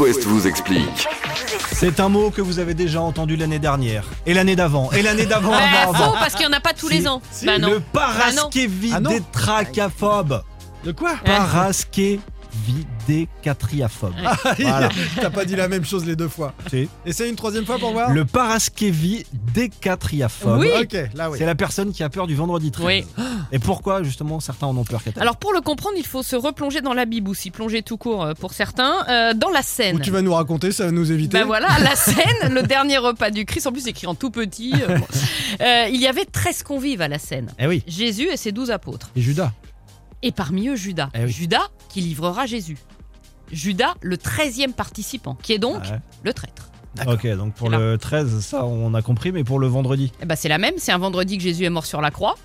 West vous explique. C'est un mot que vous avez déjà entendu l'année dernière, et l'année d'avant, et l'année d'avant, Bah, avant, faux, avant. parce qu'il n'y en a pas tous les ans. Si, bah non. Le Ah non. paraskevidétracaphobes. De quoi Paraskevidécatriaphobe. Voilà. T'as pas dit la même chose les deux fois. Si. Essaye une troisième fois pour voir. Le paraskevidécatriaphobe. Oui. Ok, là oui. C'est la personne qui a peur du vendredi 13. Oui. Et pourquoi justement certains en ont peur Catherine Alors pour le comprendre, il faut se replonger dans la Bible ou s'y plonger tout court euh, pour certains, euh, dans la Ou Seine. tu vas nous raconter, ça va nous éviter. Ben voilà, la Seine, le dernier repas du Christ, en plus écrit en tout petit. euh, bon. Euh, il y avait 13 convives à la Seine. Eh oui. Jésus et ses 12 apôtres. Et Judas. Et parmi eux, Judas. Eh oui. Judas qui livrera Jésus. Judas, le 13e participant, qui est donc Ah ouais. le traître. D'accord. Ok, donc pour Et là. le 13, ça on a compris, mais pour le vendredi. Eh ben, c'est la même, c'est un vendredi que Jésus est mort sur la croix.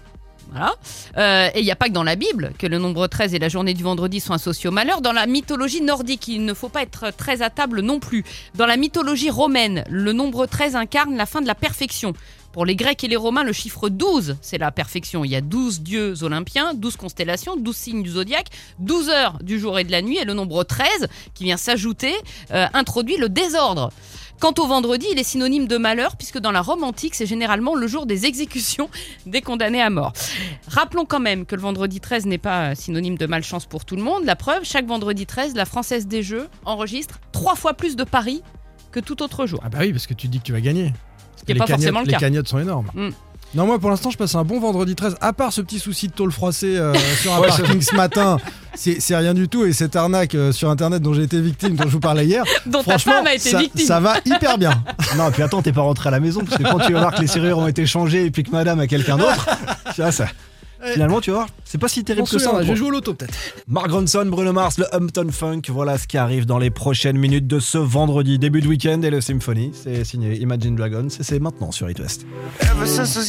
Voilà. Euh, et il n'y a pas que dans la Bible que le nombre 13 et la journée du vendredi sont associés au malheur. Dans la mythologie nordique, il ne faut pas être très à table non plus. Dans la mythologie romaine, le nombre 13 incarne la fin de la perfection. Pour les Grecs et les Romains, le chiffre 12, c'est la perfection. Il y a 12 dieux olympiens, 12 constellations, 12 signes du zodiaque, 12 heures du jour et de la nuit, et le nombre 13, qui vient s'ajouter, euh, introduit le désordre. Quant au vendredi, il est synonyme de malheur puisque dans la Rome antique, c'est généralement le jour des exécutions des condamnés à mort. Rappelons quand même que le vendredi 13 n'est pas euh, synonyme de malchance pour tout le monde. La preuve, chaque vendredi 13, la Française des Jeux enregistre trois fois plus de paris que tout autre jour. Ah bah oui, parce que tu dis que tu vas gagner. Ce qui est pas forcément le cas. Les cagnottes sont énormes. Mm. Non, moi pour l'instant, je passe un bon vendredi 13. À part ce petit souci de tôle froissée euh, sur un parking ce matin, c'est c'est rien du tout. Et cette arnaque euh, sur internet dont j'ai été victime, dont je vous parlais hier, Dont ta franchement, femme a été ça, victime. ça va hyper bien. Non, puis attends, t'es pas rentré à la maison, parce que quand tu vas voir que les serrures ont été changées et puis que madame a quelqu'un d'autre, tu vois ça. Finalement, tu vas voir, c'est pas si terrible On que se ça. verra, je quoi. vais jouer au loto peut-être. Mark Ronson, Bruno Mars, le Humpton Funk, voilà ce qui arrive dans les prochaines minutes de ce vendredi, début de week-end et le Symphony. C'est signé Imagine Dragons et c'est maintenant sur It West. Ever since I